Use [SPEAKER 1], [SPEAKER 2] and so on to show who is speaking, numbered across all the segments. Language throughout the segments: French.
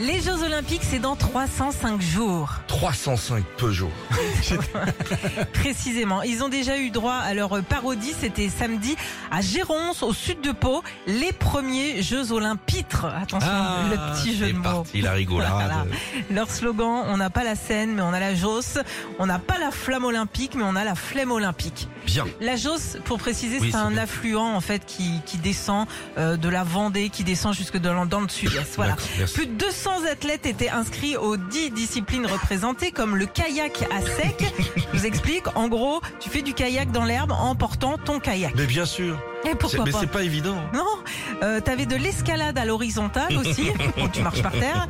[SPEAKER 1] Les Jeux Olympiques, c'est dans 305 jours.
[SPEAKER 2] 305 Peugeot.
[SPEAKER 1] Précisément. Ils ont déjà eu droit à leur parodie. C'était samedi à Géronce, au sud de Pau, les premiers Jeux Olympiques. Attention, le petit jeu
[SPEAKER 2] Ah, c'est
[SPEAKER 1] de mots.
[SPEAKER 2] parti la rigolade.
[SPEAKER 1] Leur slogan, on n'a pas la Seine, mais on a la Josse. On n'a pas la flamme olympique, mais on a la flemme olympique.
[SPEAKER 2] Bien.
[SPEAKER 1] La Josse, pour préciser,
[SPEAKER 2] Oui,
[SPEAKER 1] c'est
[SPEAKER 2] c'est
[SPEAKER 1] un
[SPEAKER 2] bien.
[SPEAKER 1] affluent en fait qui, qui descend euh, de la Vendée, qui descend jusque dans, dans le sud-est. Voilà.
[SPEAKER 2] D'accord, merci.
[SPEAKER 1] Plus de 200 athlètes étaient inscrits aux 10 disciplines représentées, comme le kayak à sec. Je vous explique. En gros, tu fais du kayak dans l'herbe en portant ton kayak.
[SPEAKER 2] Mais bien sûr.
[SPEAKER 1] Et
[SPEAKER 2] C'est-
[SPEAKER 1] pourquoi
[SPEAKER 2] mais
[SPEAKER 1] pas
[SPEAKER 2] c'est pas évident.
[SPEAKER 1] non, euh, t'avais de l'escalade à l'horizontale aussi, où tu marches par terre,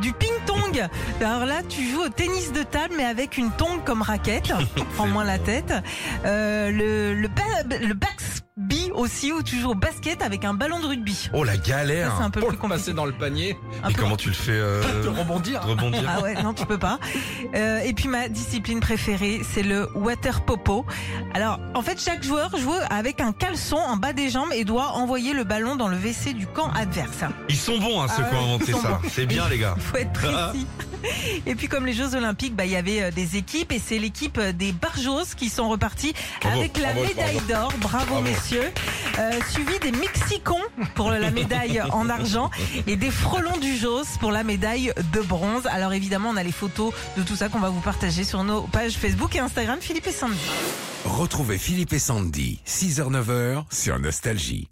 [SPEAKER 1] du ping-pong. Alors là, tu joues au tennis de table, mais avec une tongue comme raquette, en moins la tête. Euh, le le, ba- le backsby aussi, où tu joues au basket avec un ballon de rugby.
[SPEAKER 2] Oh la galère.
[SPEAKER 1] Ça, c'est un peu
[SPEAKER 3] pour
[SPEAKER 1] plus
[SPEAKER 2] Oh,
[SPEAKER 3] le
[SPEAKER 2] bah,
[SPEAKER 3] passer
[SPEAKER 1] compliqué.
[SPEAKER 3] dans le panier,
[SPEAKER 1] Un
[SPEAKER 2] Et
[SPEAKER 1] peu-
[SPEAKER 2] comment tu le fais euh,
[SPEAKER 3] de rebondir.
[SPEAKER 2] rebondir
[SPEAKER 1] Ah ouais, non, tu peux pas. Euh, et puis ma discipline préférée, c'est le water popo. Alors, en fait, chaque joueur joue avec un caleçon en bas des jambes et doit envoyer le ballon dans le WC du camp adverse.
[SPEAKER 2] Ils sont bons hein, ceux
[SPEAKER 1] Ah
[SPEAKER 2] qui ont
[SPEAKER 1] ouais,
[SPEAKER 2] inventé
[SPEAKER 1] ils sont
[SPEAKER 2] ça. C'est bien les gars.
[SPEAKER 1] Il faut être précis. Et puis comme les Jeux Olympiques, bah, il y avait euh, des équipes et c'est l'équipe euh, des Barjos qui sont repartis
[SPEAKER 2] Bravo,
[SPEAKER 1] avec la
[SPEAKER 2] bravo,
[SPEAKER 1] médaille d'or. Bravo,
[SPEAKER 2] Bravo.
[SPEAKER 1] messieurs. Euh, suivi des Mexicons pour la médaille en argent et des Frelons du Jos pour la médaille de bronze. Alors évidemment, on a les photos de tout ça qu'on va vous partager sur nos pages Facebook et Instagram Philippe et Sandy.
[SPEAKER 4] Retrouvez Philippe et Sandy, 6h-9h sur Nostalgie.